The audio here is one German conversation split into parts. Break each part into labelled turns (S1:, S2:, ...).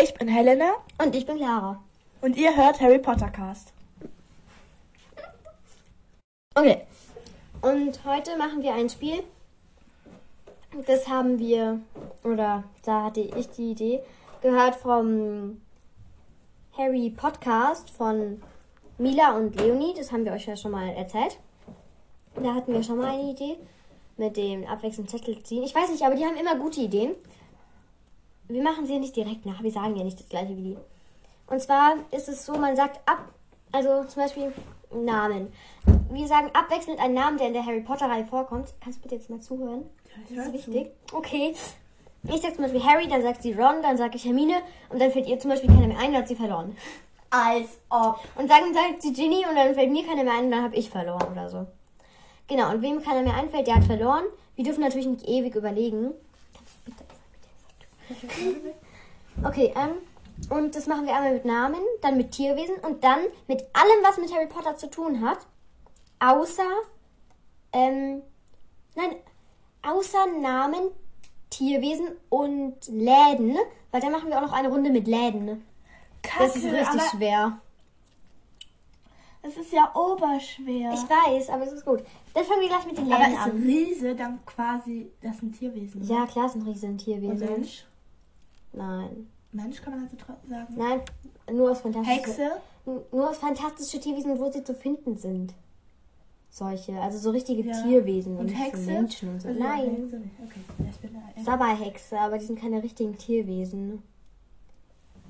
S1: Ich bin Helena
S2: Und ich bin Clara.
S1: und ihr hört Harry Potter Cast.
S2: Okay. Und heute machen wir ein Spiel. Das haben wir, oder da hatte ich die Idee, gehört vom Harry Podcast von Mila und Leonie. Das haben wir euch ja schon mal erzählt. Da hatten wir schon mal eine Idee mit dem abwechselnd Zettel ziehen. Ich weiß nicht, aber die haben immer gute Ideen. Wir machen sie nicht direkt nach. Wir sagen ja nicht das gleiche wie die. Und zwar ist es so, man sagt ab, also zum Beispiel Namen. Wir sagen abwechselnd einen Namen, der in der Harry Potter-Reihe vorkommt. Kannst du bitte jetzt mal zuhören? das ist wichtig. Okay. Ich sag zum Beispiel Harry, dann sagt sie Ron, dann sage ich Hermine und dann fällt ihr zum Beispiel keiner mehr ein, dann hat sie verloren.
S3: Als ob.
S2: Und dann sagt sie Ginny und dann fällt mir keiner mehr ein und dann habe ich verloren oder so. Genau, und wem keiner mehr einfällt, der hat verloren. Wir dürfen natürlich nicht ewig überlegen. Kannst du bitte Okay, ähm, und das machen wir einmal mit Namen, dann mit Tierwesen und dann mit allem, was mit Harry Potter zu tun hat. Außer, ähm, nein, außer Namen, Tierwesen und Läden. Weil dann machen wir auch noch eine Runde mit Läden.
S1: Kacke,
S2: Das ist richtig
S1: aber
S2: schwer.
S1: es ist ja oberschwer.
S2: Ich weiß, aber es ist gut. Dann fangen wir gleich mit den
S1: aber
S2: Läden
S1: ist
S2: an.
S1: Riese dann quasi, das ist ein Tierwesen.
S2: Ja, also- klar, es sind riesen
S1: Und
S2: Tierwesen.
S1: Mensch.
S2: Nein.
S1: Mensch kann man also trotzdem sagen.
S2: Nein, nur aus fantastischen.
S1: Hexe.
S2: Nur aus fantastische Tierwesen, wo sie zu finden sind. Solche, also so richtige
S1: Ja.
S2: Tierwesen
S1: Und
S2: nicht so
S1: Hexe.
S2: Menschen und so.
S1: Also,
S2: Nein,
S1: Hexe nicht. Okay, ja, ich bin da. Ja.
S2: Sabberhexe, aber die sind keine richtigen Tierwesen.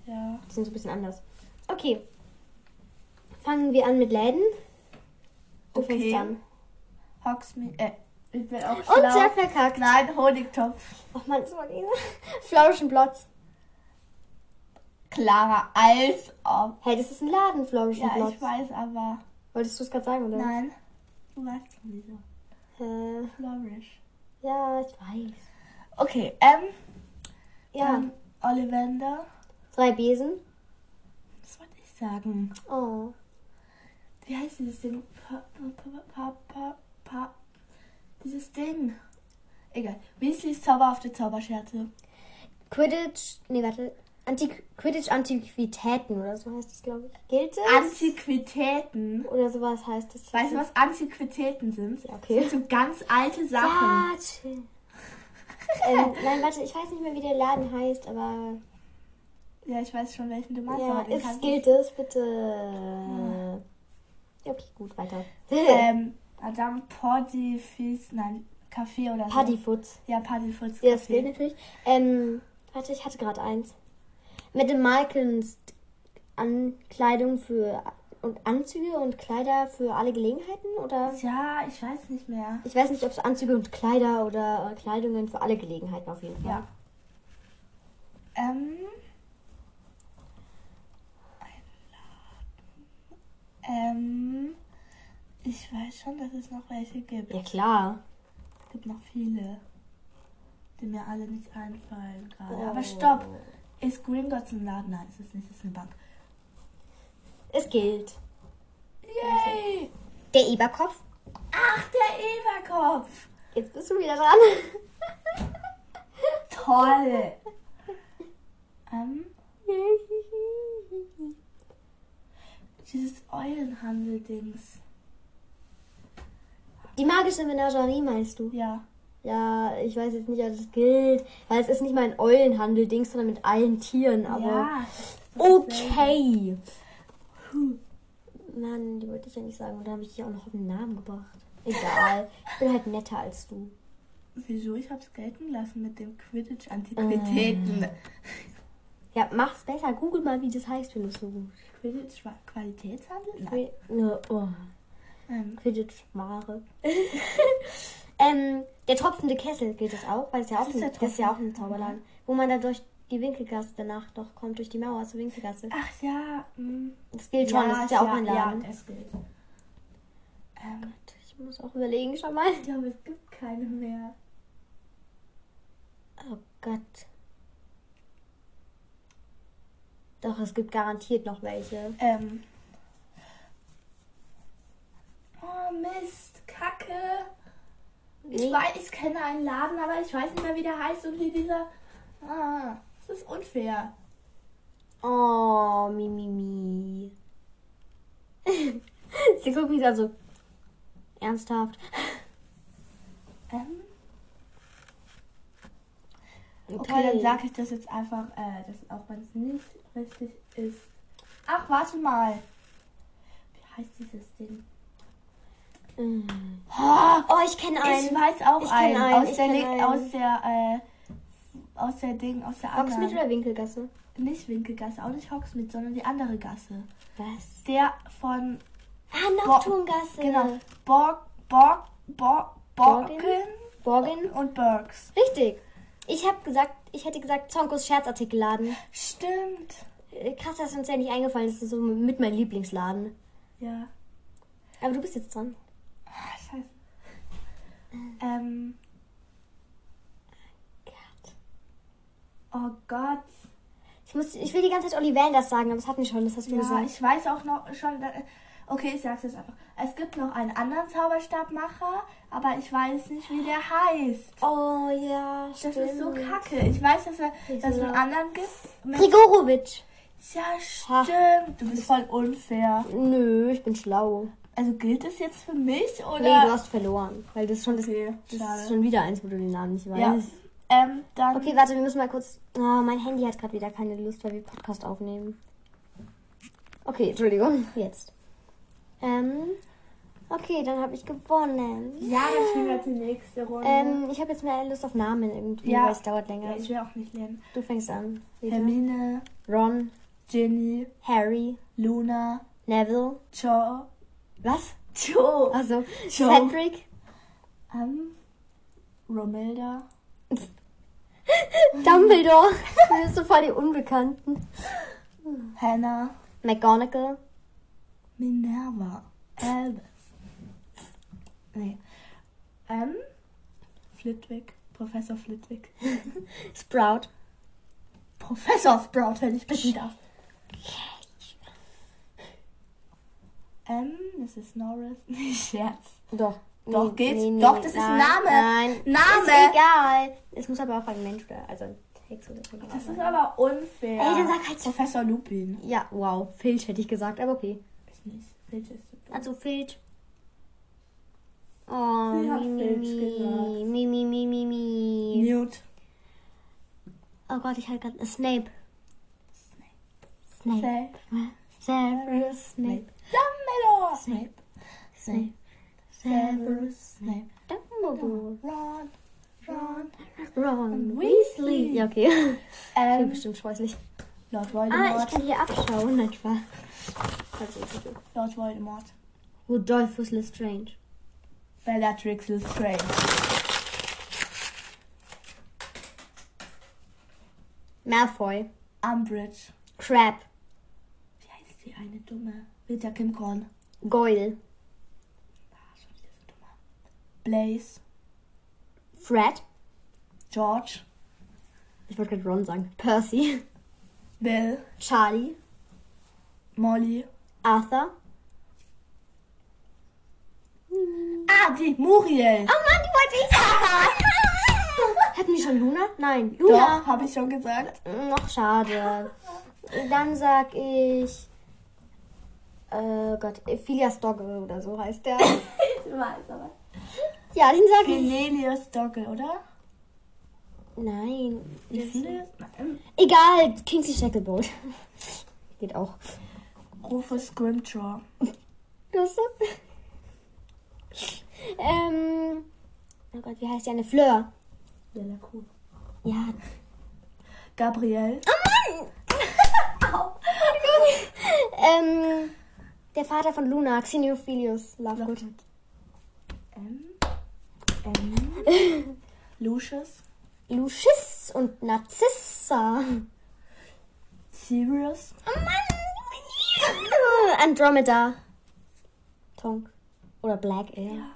S1: ja.
S2: Die sind so ein bisschen anders. Okay. Fangen wir an mit Läden. Du
S1: Okay.
S2: fängst an.
S1: Hogsmeade. Äh, ich bin auch schlau.
S2: Und sehr verkackt.
S1: Nein, Honigtopf.
S2: Och man, das war dieser. Flauschenplotz.
S1: Clara, als ob.
S2: Hey, das ist ein Laden,
S1: Ja,
S2: Flauschenplotz.
S1: ich weiß, aber.
S2: Wolltest du es gerade sagen, oder?
S1: Nein. Du weißt schon wieso.
S2: Äh,
S1: Flourish.
S2: ja, ich weiß.
S1: Okay, ähm.
S2: Ja.
S1: Dann Ollivander.
S2: Drei Besen.
S1: Was wollte ich sagen?
S2: Oh.
S1: Wie heißt dieses Ding? Pa, pa, pa, pa, pa, pa. Dieses Ding. Egal. Weasleys Zauber auf der Zauberschärte.
S2: Quidditch. Nee, warte. Antiqu Quidditch Antiquitäten oder so heißt es, glaube ich. Gilt es?
S1: Antiquitäten.
S2: oder sowas heißt es.
S1: Weißt du, was Antiquitäten sind?
S2: Ja, okay.
S1: Das sind so ganz alte Sachen.
S2: Ja, chill. ähm, nein, warte, ich weiß nicht mehr, wie der Laden heißt, aber.
S1: Ja, ich weiß schon, welchen du meinst.
S2: Ja,
S1: aber den
S2: ist,
S1: kannst
S2: gilt es, bitte. Ja, okay, gut, weiter.
S1: du- Ähm, Madame Podifis, nein, Kaffee oder so.
S2: Paddyfoots.
S1: Ja, Paddyfoots
S2: Ja, das gilt natürlich. Ähm, warte, ich hatte gerade eins. Mit dem Malkens Ankleidung für. Und Anzüge und Kleider für alle Gelegenheiten? Oder?
S1: Ja, ich weiß nicht mehr.
S2: Ich weiß nicht, ob es Anzüge und Kleider oder äh, Kleidungen für alle Gelegenheiten auf jeden Fall.
S1: Ja. Ähm. Ein Laden. Ähm. Ich weiß schon, dass es noch welche gibt.
S2: Ja, klar.
S1: Es gibt noch viele, die mir alle nicht einfallen gerade.
S2: Oh.
S1: Aber stopp! Ist Gringotts ein Laden? Nein, es ist nicht, es ist eine Bank.
S2: Es gilt.
S1: Yay!
S2: Der Eberkopf.
S1: Ach, der Eberkopf!
S2: Jetzt bist du wieder dran.
S1: Toll! ähm, dieses Eulenhandel-Dings.
S2: Die magische Menagerie meinst du?
S1: Ja.
S2: Ja, ich weiß jetzt nicht, ob das gilt. Weil es ist nicht mal ein Eulenhandel-Dings, sondern mit allen Tieren. Aber
S1: ja.
S2: okay. Mann, die wollte ich ja nicht sagen. Und da habe ich dich auch noch auf den Namen gebracht. Egal. ich bin halt netter als du.
S1: Wieso? Ich hab's gelten lassen mit dem Quidditch-Antiquitäten.
S2: Oh. Ja, mach's besser. Google mal, wie das heißt, wenn du es so gut.
S1: Quidditch war Qualitätshandel? Nein.
S2: Qui- Ne, oh.
S1: Ähm,
S2: Quidditch-Ware. ähm, der tropfende Kessel gilt das auch, weil es ja auch,
S1: ist
S2: ein,
S1: der
S2: das ist ja auch ein
S1: tropfende-
S2: Zauberladen, wo man dann durch die Winkelgasse danach doch kommt, durch die Mauer zur Winkelgasse.
S1: ach ja. Mh.
S2: Das gilt schon, das ist ja auch ein Laden. Oh
S1: Ja, das gilt. Ähm,
S2: Ich muss auch überlegen schon mal.
S1: ich glaube, es gibt keine mehr.
S2: Oh Gott. Doch, es gibt garantiert noch welche.
S1: Ähm. Oh, Mist. Ich weiß, ich kenne einen Laden, aber ich weiß nicht mehr, wie der heißt und wie dieser. Ah, das ist unfair.
S2: Oh, Mimimi. Sie guckt mich an so. Ernsthaft.
S1: Ähm, okay,
S2: Toll.
S1: dann sage ich das jetzt einfach, äh, das, auch wenn es nicht richtig ist. Ach, warte mal. Wie heißt dieses Ding?
S2: Mm.
S1: Ah,
S2: Oh, ich kenne einen.
S1: ich weiß auch
S2: Ich
S1: einen.
S2: kenn einen,
S1: Aus
S2: ich
S1: der,
S2: kenn
S1: Link-
S2: einen.
S1: aus der, äh, aus der Ding, aus der
S2: Boxmeet
S1: anderen.
S2: oder Winkelgasse?
S1: Nicht Winkelgasse, auch nicht Hogsmeade, sondern die andere Gasse.
S2: Was?
S1: Der von
S2: Ah, Nocturngasse.
S1: Genau. Borg, Borg, Borg,
S2: Borgen?
S1: Borgen
S2: Borgen?
S1: und Bergs.
S2: Richtig. Ich habe gesagt, ich hätte gesagt Zonkos Scherzartikelladen.
S1: Stimmt.
S2: Äh, Krass, dass uns ja nicht eingefallen ist. Das ist so mit mein Lieblingsladen.
S1: Ja.
S2: Aber du bist jetzt dran.
S1: Ah, scheiße. Ähm, oh Gott.
S2: Ich, muss, ich will die ganze Zeit Olivanders sagen, aber das hatten wir schon. Das hast du
S1: Ja,
S2: gesagt.
S1: ich weiß auch noch schon. äh, Okay, ich sag's jetzt einfach. Es gibt noch einen anderen Zauberstabmacher, aber ich weiß nicht, wie der heißt.
S2: Oh ja,
S1: Das
S2: stimmt.
S1: ist so kacke. Ich weiß, dass, er,
S2: Wieso?
S1: dass es einen anderen gibt. Mit
S2: Grigorowitsch.
S1: ja, stimmt. Du bist voll unfair.
S2: Nö, ich bin schlau.
S1: Also gilt das jetzt für mich oder?
S2: Nee, du hast verloren. Weil das ist schon, das,
S1: Okay,
S2: das
S1: schade.
S2: ist schon wieder eins, wo du den Namen nicht weißt.
S1: Ja. Ähm, dann.
S2: Okay, warte, wir müssen mal kurz. Ah, mein Handy hat gerade wieder keine Lust, weil wir Podcast aufnehmen. Okay, Entschuldigung. Jetzt. Ähm. Okay, dann habe ich gewonnen.
S1: Ja, dann spielen wir die nächste Runde.
S2: Ähm, ich habe jetzt mehr Lust auf Namen irgendwie,
S1: Ja.
S2: weil es dauert länger.
S1: ja, ich will auch nicht lernen.
S2: Du fängst an. Lisa.
S1: Hermine,
S2: Ron,
S1: Ginny,
S2: Harry,
S1: Luna,
S2: Neville.
S1: Cho.
S2: Was?
S1: Cho.
S2: Also,
S1: Joe.
S2: Cedric.
S1: Ähm, Romilda.
S2: Dumbledore. du bist so voll die Unbekannten.
S1: Hannah,
S2: McGonagall.
S1: Minerva, Albus. Nee. Ähm, Flitwick, Professor Flitwick.
S2: Sprout.
S1: Professor Sprout, wenn ich bitten darf. Ähm, das ist Norris. Nee, Scherz.
S2: Doch.
S1: Doch, geht's? Doch, das ist ein Name.
S2: Nein.
S1: Name.
S2: Ist egal. Es muss aber auch ein Mensch oder also ein Text oder so.
S1: Das ist aber unfair.
S2: Ey, dann sag halt so.
S1: Professor Lupin.
S2: Ja, wow. Filch hätte ich gesagt, aber okay.
S1: Ich nicht. Welches ist so dumm.
S2: Also Filch. Oh,
S1: Ich hab
S2: mi,
S1: Filch
S2: mi,
S1: gesagt.
S2: mi, mi, mi, mi, mi.
S1: Newt.
S2: Oh Gott, ich hatte gerade Snape. Snape.
S1: Snape.
S2: Severus Snape.
S1: Dumbledore.
S2: Snape.
S1: Snape.
S2: Severus
S1: Severus Snape.
S2: Dumbledore.
S1: Ron. Ron.
S2: Ron
S1: Weasley.
S2: Weasley. Ja, okay. Ich bin
S1: Ähm,
S2: bestimmt scheußlich.
S1: Lord
S2: Ah, ich
S1: Voldemort.
S2: kann hier abschauen, etwa. Also, bitte.
S1: Lord Voldemort.
S2: Rodolphus Lestrange.
S1: Bellatrix Lestrange.
S2: Malfoy.
S1: Umbridge.
S2: Crab.
S1: Wie heißt die eine dumme? Rita Kimcorn.
S2: Goyle.
S1: Ah, schon wieder so dumme. Blaze.
S2: Fred.
S1: George.
S2: Ich wollte gerade Ron sagen. Percy.
S1: Bill.
S2: Charlie.
S1: Molly.
S2: Arthur.
S1: Ah, die Muriel.
S2: Oh Mann, die wollte ich sagen. Hatten wir schon Luna? Nein, Luna.
S1: Doch, habe ich schon gesagt.
S2: Noch schade. Dann sag ich. Äh, Gott. Phileas Dogge oder so heißt der.
S1: Ich weiß aber.
S2: ja, den sag ich.
S1: Cornelius Dogge, oder?
S2: Nein.
S1: Wie viele? Nein.
S2: Egal. Kingsley Shacklebolt. Geht auch.
S1: Rufus Grimshaw.
S2: Das ist- ähm. Oh Gott, wie heißt die eine Fleur?
S1: Delacour.
S2: Ja. Oh
S1: Gabriel.
S2: ähm. Der Vater von Luna, Xenophilius Lovegood.
S1: M. M. Lucius.
S2: Lucius und Narcissa.
S1: Sirius.
S2: Oh Mann! Andromeda. Tonk. Oder Black Air.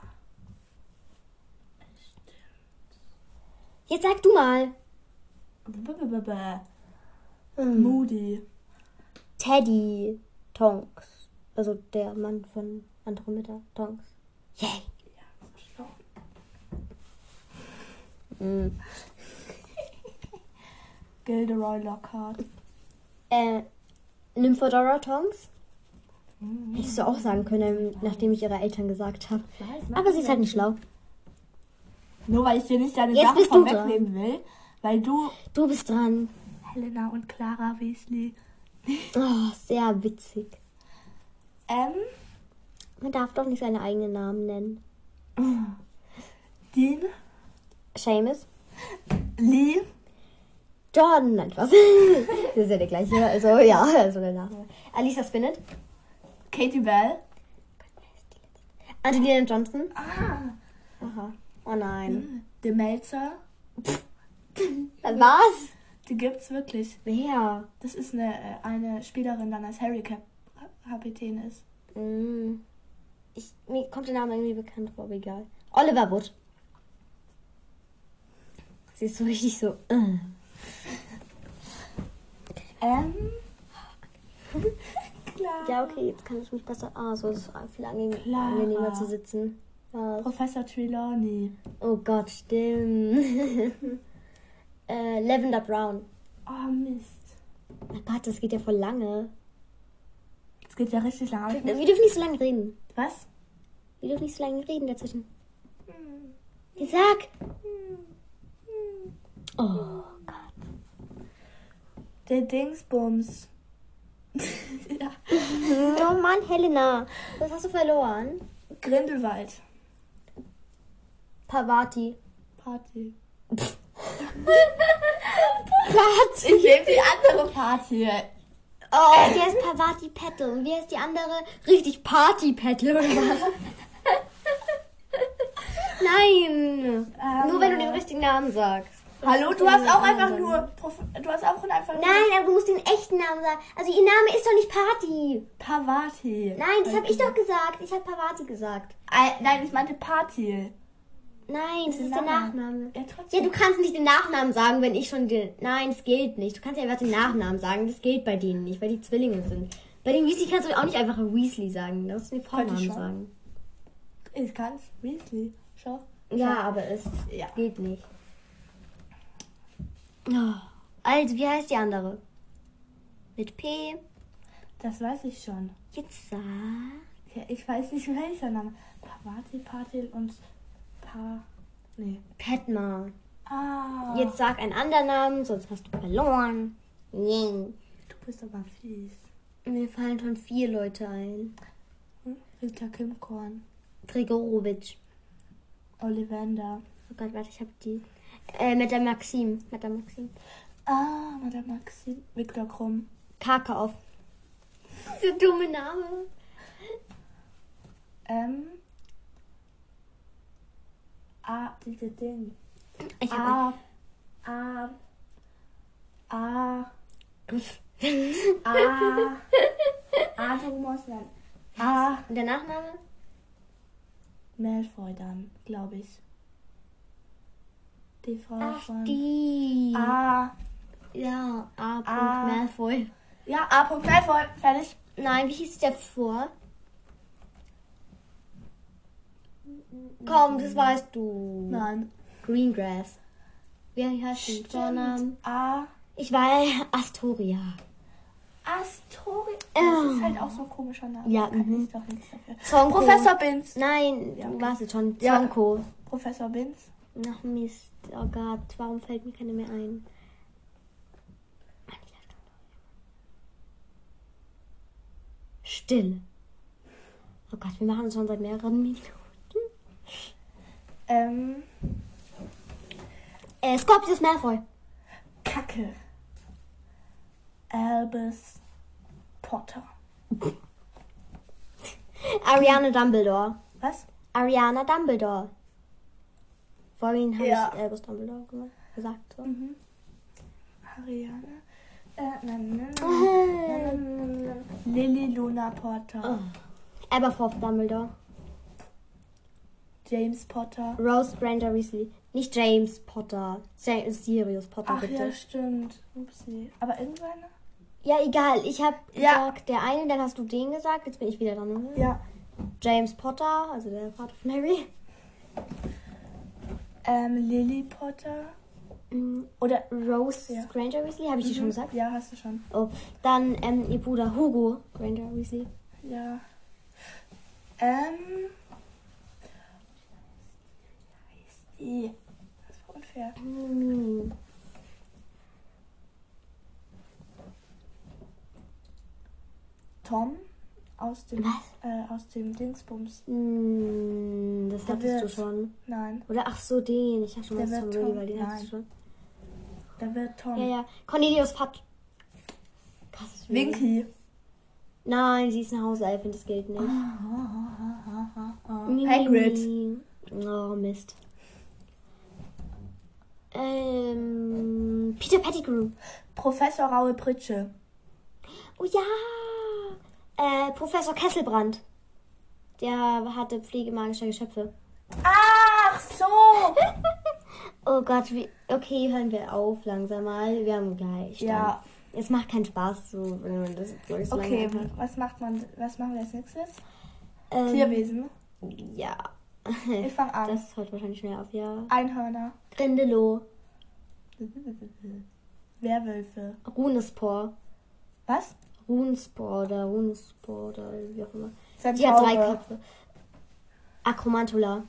S2: Jetzt sag du mal.
S1: Blablabla. Ähm. Moody.
S2: Teddy Tonks. Also der Mann von Andromeda Tonks. Yay.
S1: Ja, so schlau.
S2: Mhm.
S1: Gilderoy Lockhart.
S2: Äh, Nymphodora Tonks? Hättest du auch sagen können, nachdem ich ihre Eltern gesagt habe. Aber sie ist halt nicht schlau.
S1: Nur weil ich dir nicht deine
S2: Jetzt
S1: Sachen
S2: bist du
S1: von wegnehmen will, weil du
S2: Du bist dran.
S1: Helena und Clara Weasley.
S2: Oh, sehr witzig.
S1: Ähm,
S2: Man darf doch nicht seine eigenen Namen nennen.
S1: Dean,
S2: Seamus?
S1: Lee,
S2: Jordan, nein, was? das ist ja der gleiche. Also, ja, also der Name. Alisa Spinnet?
S1: Katie Bell.
S2: Angelina Johnson?
S1: Ah,
S2: Aha. Oh nein.
S1: The Melzer.
S2: Was?
S1: Die gibt's wirklich.
S2: Wer?
S1: Das ist eine, äh, eine Spielerin dann als Harry Cap Kapitän ist.
S2: Hm. Ich, mir kommt der Name irgendwie bekannt vor, aber egal. Oliver Wood. Sie ist so richtig so. Äh.
S1: Ähm. Klar.
S2: Ja, okay, jetzt kann ich mich besser. Ah, so ist es viel angenehm,
S1: Klar.
S2: angenehmer zu sitzen. Ja.
S1: Professor Trelawney.
S2: Oh Gott, stimmt. äh, Lavender Brown.
S1: Oh Mist.
S2: Mein Gott, das geht ja voll lange.
S1: Das geht ja richtig lange. Aber ich
S2: Wir
S1: muss-
S2: dürfen nicht so lange reden.
S1: Was?
S2: Wir dürfen nicht so lange reden dazwischen. Sag! Oh Gott.
S1: Der Dingsbums. ja.
S2: Oh Mann, Helena. Was hast du verloren?
S1: Grindelwald.
S2: Pavati.
S1: Party.
S2: Pavati.
S1: Ich nehme die andere Party.
S2: Oh, der ist Pavati Petal. Und wer ist die andere? Richtig Party Petal oder was? Nein. Nur wenn du den richtigen Namen sagst.
S1: Hallo, du hast auch einfach nur. Prof du hast auch einfach nur.
S2: Nein, aber du musst den echten Namen sagen. Also ihr Name ist doch nicht Party.
S1: Pavati.
S2: Nein, das habe ich doch gesagt. Ich habe Pavati gesagt.
S1: Ei, Äh, nein, ich meinte Party.
S2: Nein, das ist der Nachname.
S1: Ja,
S2: Ja,
S1: trotzdem.
S2: du kannst nicht den Nachnamen sagen, wenn ich schon den. Nein, das gilt nicht. Du kannst ja einfach den Nachnamen sagen. Das gilt bei denen nicht, weil die Zwillinge sind. Bei den Weasley kannst du auch nicht einfach Weasley sagen. Da musst du den
S1: Könnte ich
S2: Vornamen
S1: schon.
S2: sagen.
S1: Ich kann's. Weasley. Schau.
S2: Ja, aber es
S1: Ja.
S2: geht nicht. Also, wie heißt die andere? Mit P.
S1: Das weiß ich schon.
S2: Jetzt sag.
S1: Ja, ich weiß nicht welcher Name. Pavati, Patil und Pa. Nee.
S2: Petma.
S1: Ah.
S2: Jetzt sag einen anderen Namen, sonst hast du verloren. Yay.
S1: Du bist aber fies.
S2: Mir fallen schon vier Leute ein.
S1: Hm? Rita Kimkorn.
S2: Grigorowitsch.
S1: Ollivander.
S2: Oh Gott, warte, ich hab die. Äh, mit der Maxim. Mit der Maxim.
S1: Ah, Madame Maxine. Viktor Krumm.
S2: Kake auf. Dieser dumme Name.
S1: Ähm. Ah, diese Ding.
S2: Ich hab
S1: Ah. Ah. Ah. Ah. Ah, du musst dann. Ah.
S2: einen- Der Nachname?
S1: Malfoy dann, glaube ich. Die Frau
S2: Ach,
S1: von.
S2: die.
S1: Ah.
S2: Ja, A.
S1: Ah.
S2: Malfoy.
S1: Ja, A. Malfoy. Fertig.
S2: Nein, wie hieß der vor? Komm, das weißt du.
S1: Nein.
S2: Greengrass. Wie heißt der Vornamen?
S1: A.
S2: Ich war Astoria.
S1: Astori.
S2: Ah.
S1: Das ist halt auch so ein komischer Name.
S2: Ja,
S1: Kann
S2: mhm.
S1: ich doch nichts dafür.
S2: Zonko.
S1: Professor Binz.
S2: Nein,
S1: Ja,
S2: du
S1: okay.
S2: warst es schon.
S1: Ja.
S2: Zonko.
S1: Professor Binz.
S2: Ach Mist. Oh Gott, warum fällt mir keine mehr ein? Still. Oh Gott, wir machen es schon seit mehreren Minuten.
S1: Ähm.
S2: Äh, Scorpius Malfoy.
S1: Kacke. Albus Potter.
S2: Ariana Dumbledore.
S1: Was?
S2: Ariana Dumbledore. Vorhin habe
S1: Ja.
S2: ich Albus Dumbledore gemacht, gesagt. So.
S1: Mhm. Ariane. Äh, nein, nein, nein.
S2: Mhm.
S1: Lily Luna
S2: Oh.
S1: Potter.
S2: Aberforth Dumbledore.
S1: James Potter.
S2: Rose Granger Weasley. Nicht James Potter. Sa- Sirius Potter,
S1: Ach ja,
S2: bitte.
S1: stimmt. Upsi. Aber irgendeiner?
S2: Ja. egal. Ich habe
S1: Ja.
S2: gesagt, der eine, dann hast du den gesagt. Jetzt bin ich wieder dran. ne? oder?
S1: Ja.
S2: James Potter, also der Vater von Harry.
S1: Ähm, Lily Potter.
S2: Mm,
S1: Oder.
S2: Rose
S1: Ja. Mhm.
S2: Granger Weasley, habe ich die schon gesagt?
S1: Ja, hast du schon.
S2: Oh. Dann ähm, ihr Bruder Hugo Granger Weasley.
S1: Ja. Ähm. Heißt die. Das war unfair.
S2: Hm.
S1: Tom aus dem.
S2: Was?
S1: Äh, aus dem Dingsbums.
S2: Hm, das
S1: Der
S2: hattest du
S1: wird-
S2: schon.
S1: Nein,
S2: Oder ach so, den. Ich dachte schon,
S1: Der
S2: das Tom
S1: wird
S2: Riddle,
S1: Tom-
S2: weil den hattest du schon.
S1: da wird Tom.
S2: Ja, ja. Cornelius Pat. Krass, ist Winkel.
S1: Winky.
S2: Nein, sie ist eine Hauselfin, das gilt nicht.
S1: Ah, Hagrid.
S2: Nee. Oh, Mist. Ähm, Peter Pettigrew.
S1: Professor Raue Pritsche.
S2: Oh ja! Äh, Professor Kesselbrand. Der hatte pflegemagische Geschöpfe.
S1: Ach so!
S2: Oh Gott, wie. Okay, hören wir auf langsam mal. Wir haben gleich. dann.
S1: Ja.
S2: Es macht keinen Spaß, so, wenn man das so lange
S1: Okay,
S2: anhört.
S1: was macht man? Was machen wir als nächstes?
S2: Ähm,
S1: Tierwesen.
S2: Ja.
S1: Ich fange an.
S2: Das hört wahrscheinlich schnell auf, ja.
S1: Einhörner.
S2: Grindelow,
S1: Werwölfe.
S2: Runespor.
S1: Was?
S2: Runespor oder Runespor oder wie auch immer.
S1: Sandtaube.
S2: Die hat drei Köpfe. Akromantula.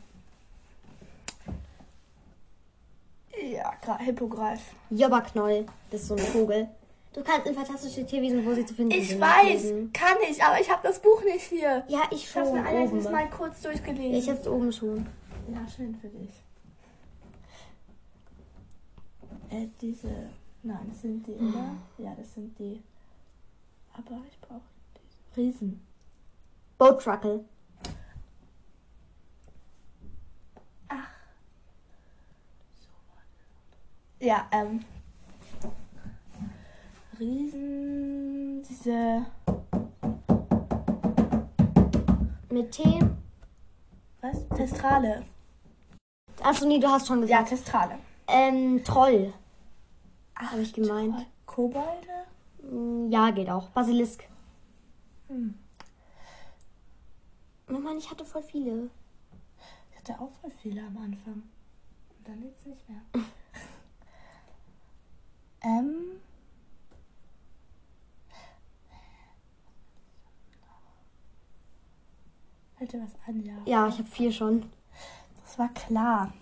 S1: Ja, Gra- Hippogreif.
S2: Jobberknoll. Das ist so ein Vogel. Du kannst in fantastische Tierwesen, wo sie zu finden
S1: Ich
S2: sind,
S1: weiß,
S2: nachlesen.
S1: kann ich, aber ich habe das Buch nicht hier.
S2: Ja, ich
S1: Ich habe
S2: schon.
S1: mir allerdings
S2: oben. ne?
S1: mal kurz
S2: Ja,
S1: durchgelesen.
S2: ich hab's oben schon.
S1: Na, schön für dich. Äh, diese. Nein, das sind die, oder? Ja, das sind die. Aber ich brauche diese. Riesen.
S2: Boatruckle.
S1: Ja, ähm. Riesen. Diese.
S2: Mit T.
S1: Was? Testrale.
S2: Achso, nee, du hast schon
S1: Ja,
S2: gesagt.
S1: Testrale.
S2: Ähm, Troll. Habe ich
S1: Toll. äh?
S2: gemeint.
S1: Kobolde?
S2: Mm, Ja, geht auch. Basilisk.
S1: Hm.
S2: Oh Mann, ich hatte voll viele.
S1: Ich hatte auch voll viele am Anfang. Und dann jetzt nicht mehr. ähm. Fällt dir was an, ja.
S2: Ja, ich habe vier schon.
S1: Das war klar.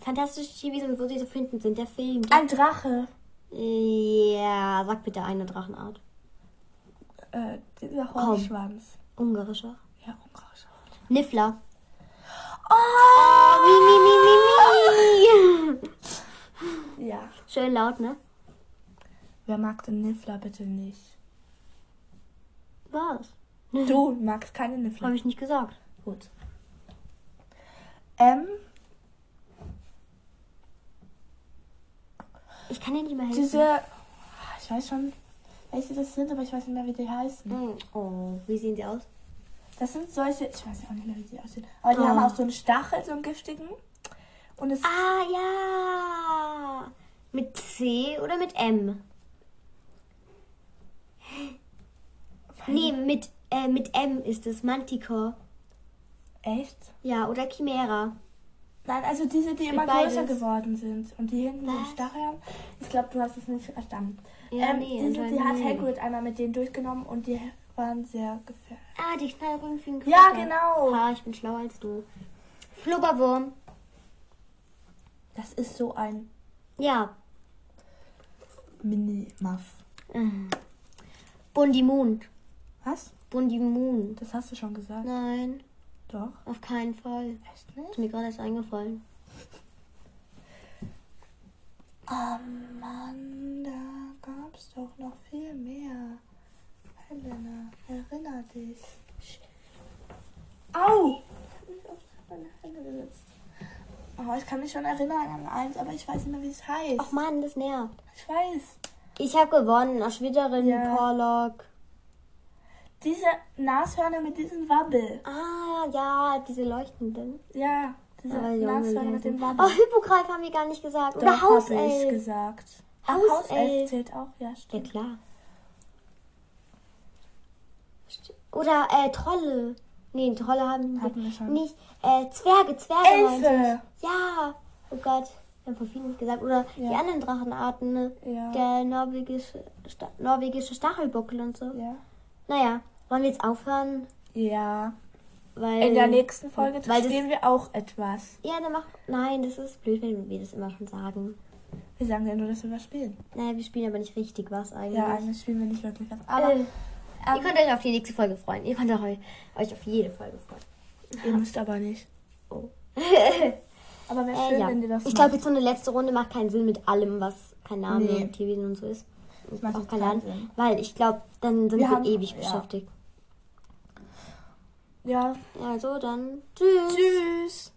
S2: Fantastische Tierwesen, wo sie zu finden sind. Der Film.
S1: Ein Drache.
S2: Ja, sag bitte eine Drachenart.
S1: Äh, dieser Hornschwanz.
S2: Ungarischer.
S1: Ja, Unkrautschwanz.
S2: Niffler.
S1: Oh!
S2: Mi, mi, mi, mi, mi.
S1: Ja.
S2: Schön laut, ne?
S1: Wer mag den Niffler bitte nicht?
S2: Was?
S1: Du magst keine Niffler.
S2: Habe ich nicht gesagt.
S1: Gut. Ähm,
S2: Ich kann dir nicht mehr helfen.
S1: diese. Ah, Ich weiß schon, welche das sind, aber ich weiß nicht mehr, wie die heißen.
S2: Mm, Oh, wie sehen sie aus?
S1: Das sind solche. Ich weiß auch nicht mehr, wie die aussehen. Aber die
S2: Ah.
S1: haben auch so einen Stachel, so einen giftigen. Und es.
S2: Ah, ja. Mit C oder mit M? Nee, mit, äh, mit M ist es. Manticore.
S1: Echt?
S2: Ja, oder Chimera.
S1: Nein, also diese, die immer
S2: beides.
S1: größer geworden sind und die hinten so einen
S2: Was?
S1: Stachel haben. Ich glaube, du hast es nicht verstanden.
S2: Ja,
S1: ähm,
S2: nee,
S1: diese, die hat
S2: anscheinend nicht.
S1: Hagrid einmal mit denen durchgenommen und die waren sehr gefährlich.
S2: Ah, die knallrümpfigen
S1: Ja,
S2: Kröten.
S1: genau.
S2: Ah, ich bin schlauer als du. Flubberwurm.
S1: Das ist so ein
S2: Ja.
S1: Mini-Muff.
S2: Bundimund.
S1: Was?
S2: Bundimund.
S1: Das hast du schon gesagt.
S2: Nein,
S1: Doch.
S2: auf keinen Fall.
S1: Echt nicht?
S2: Ist mir gerade erst eingefallen.
S1: Oh Mann, da gab's doch noch viel mehr. Helena, erinner dich. Au! Ich hab mich auf meine Hände gesetzt. Oh, ich kann mich schon erinnern an eins, aber ich weiß nicht mehr, wie es heißt.
S2: Ach Mann, das nervt.
S1: Ich weiß.
S2: Ich habe gewonnen. Erschwitterin,
S1: Ja.
S2: Porlock.
S1: Diese Nashörner mit diesem Wabbel.
S2: Ah, ja, diese leuchtenden.
S1: Ja, diese
S2: Aber die
S1: Nashörner
S2: leuchtenden.
S1: mit dem Wabbel.
S2: Oh, Hypogreif haben wir gar nicht gesagt. Oder
S1: Doch, hab ich
S2: Hauself.
S1: gesagt.
S2: Hauself.
S1: Ach, Hauself zählt auch, ja,
S2: Ja,
S1: stimmt.
S2: klar. St- Oder äh, Trolle. Nee, Trolle haben
S1: Hatten wir
S2: wir
S1: schon.
S2: nicht. Äh, Zwerge, Zwerge meinte
S1: Elfe!
S2: ich. Ja. Oh Gott, wir haben vorhin nicht gesagt. Oder die
S1: Ja.
S2: anderen Drachenarten, ne?
S1: Ja.
S2: Der norwegische, Sta norwegische Stachelbuckel und so.
S1: Ja.
S2: Naja, wollen wir jetzt aufhören?
S1: Ja.
S2: Weil
S1: In der nächsten Folge
S2: Ähm, weil das-
S1: spielen wir auch etwas.
S2: Ja, dann mach. Nein, das ist blöd, wenn wir das immer schon sagen.
S1: Wir sagen ja nur, dass wir was spielen.
S2: Naja, wir spielen aber nicht richtig was eigentlich.
S1: Ja, Ähm, eigentlich spielen wir nicht wirklich was. Aber
S2: Äh, ihr könnt euch auf die nächste Folge freuen. Ihr könnt euch, euch auf jede Folge freuen.
S1: ihr müsst aber nicht.
S2: Oh.
S1: Aber wäre schön,
S2: Äh, ja.
S1: wenn ihr das
S2: Ich glaube, jetzt so eine letzte Runde macht keinen Sinn mit allem, was kein Name
S1: Nee.
S2: und Tierwesen und so ist. Das
S1: macht
S2: auch
S1: jetzt
S2: kein
S1: keinen
S2: Land.
S1: Sinn.
S2: Weil ich glaube, dann sind
S1: Wir
S2: wir,
S1: haben-
S2: ewig
S1: ja.
S2: beschäftigt.
S1: Ja.
S2: Also dann, tschüss.
S1: Tschüss.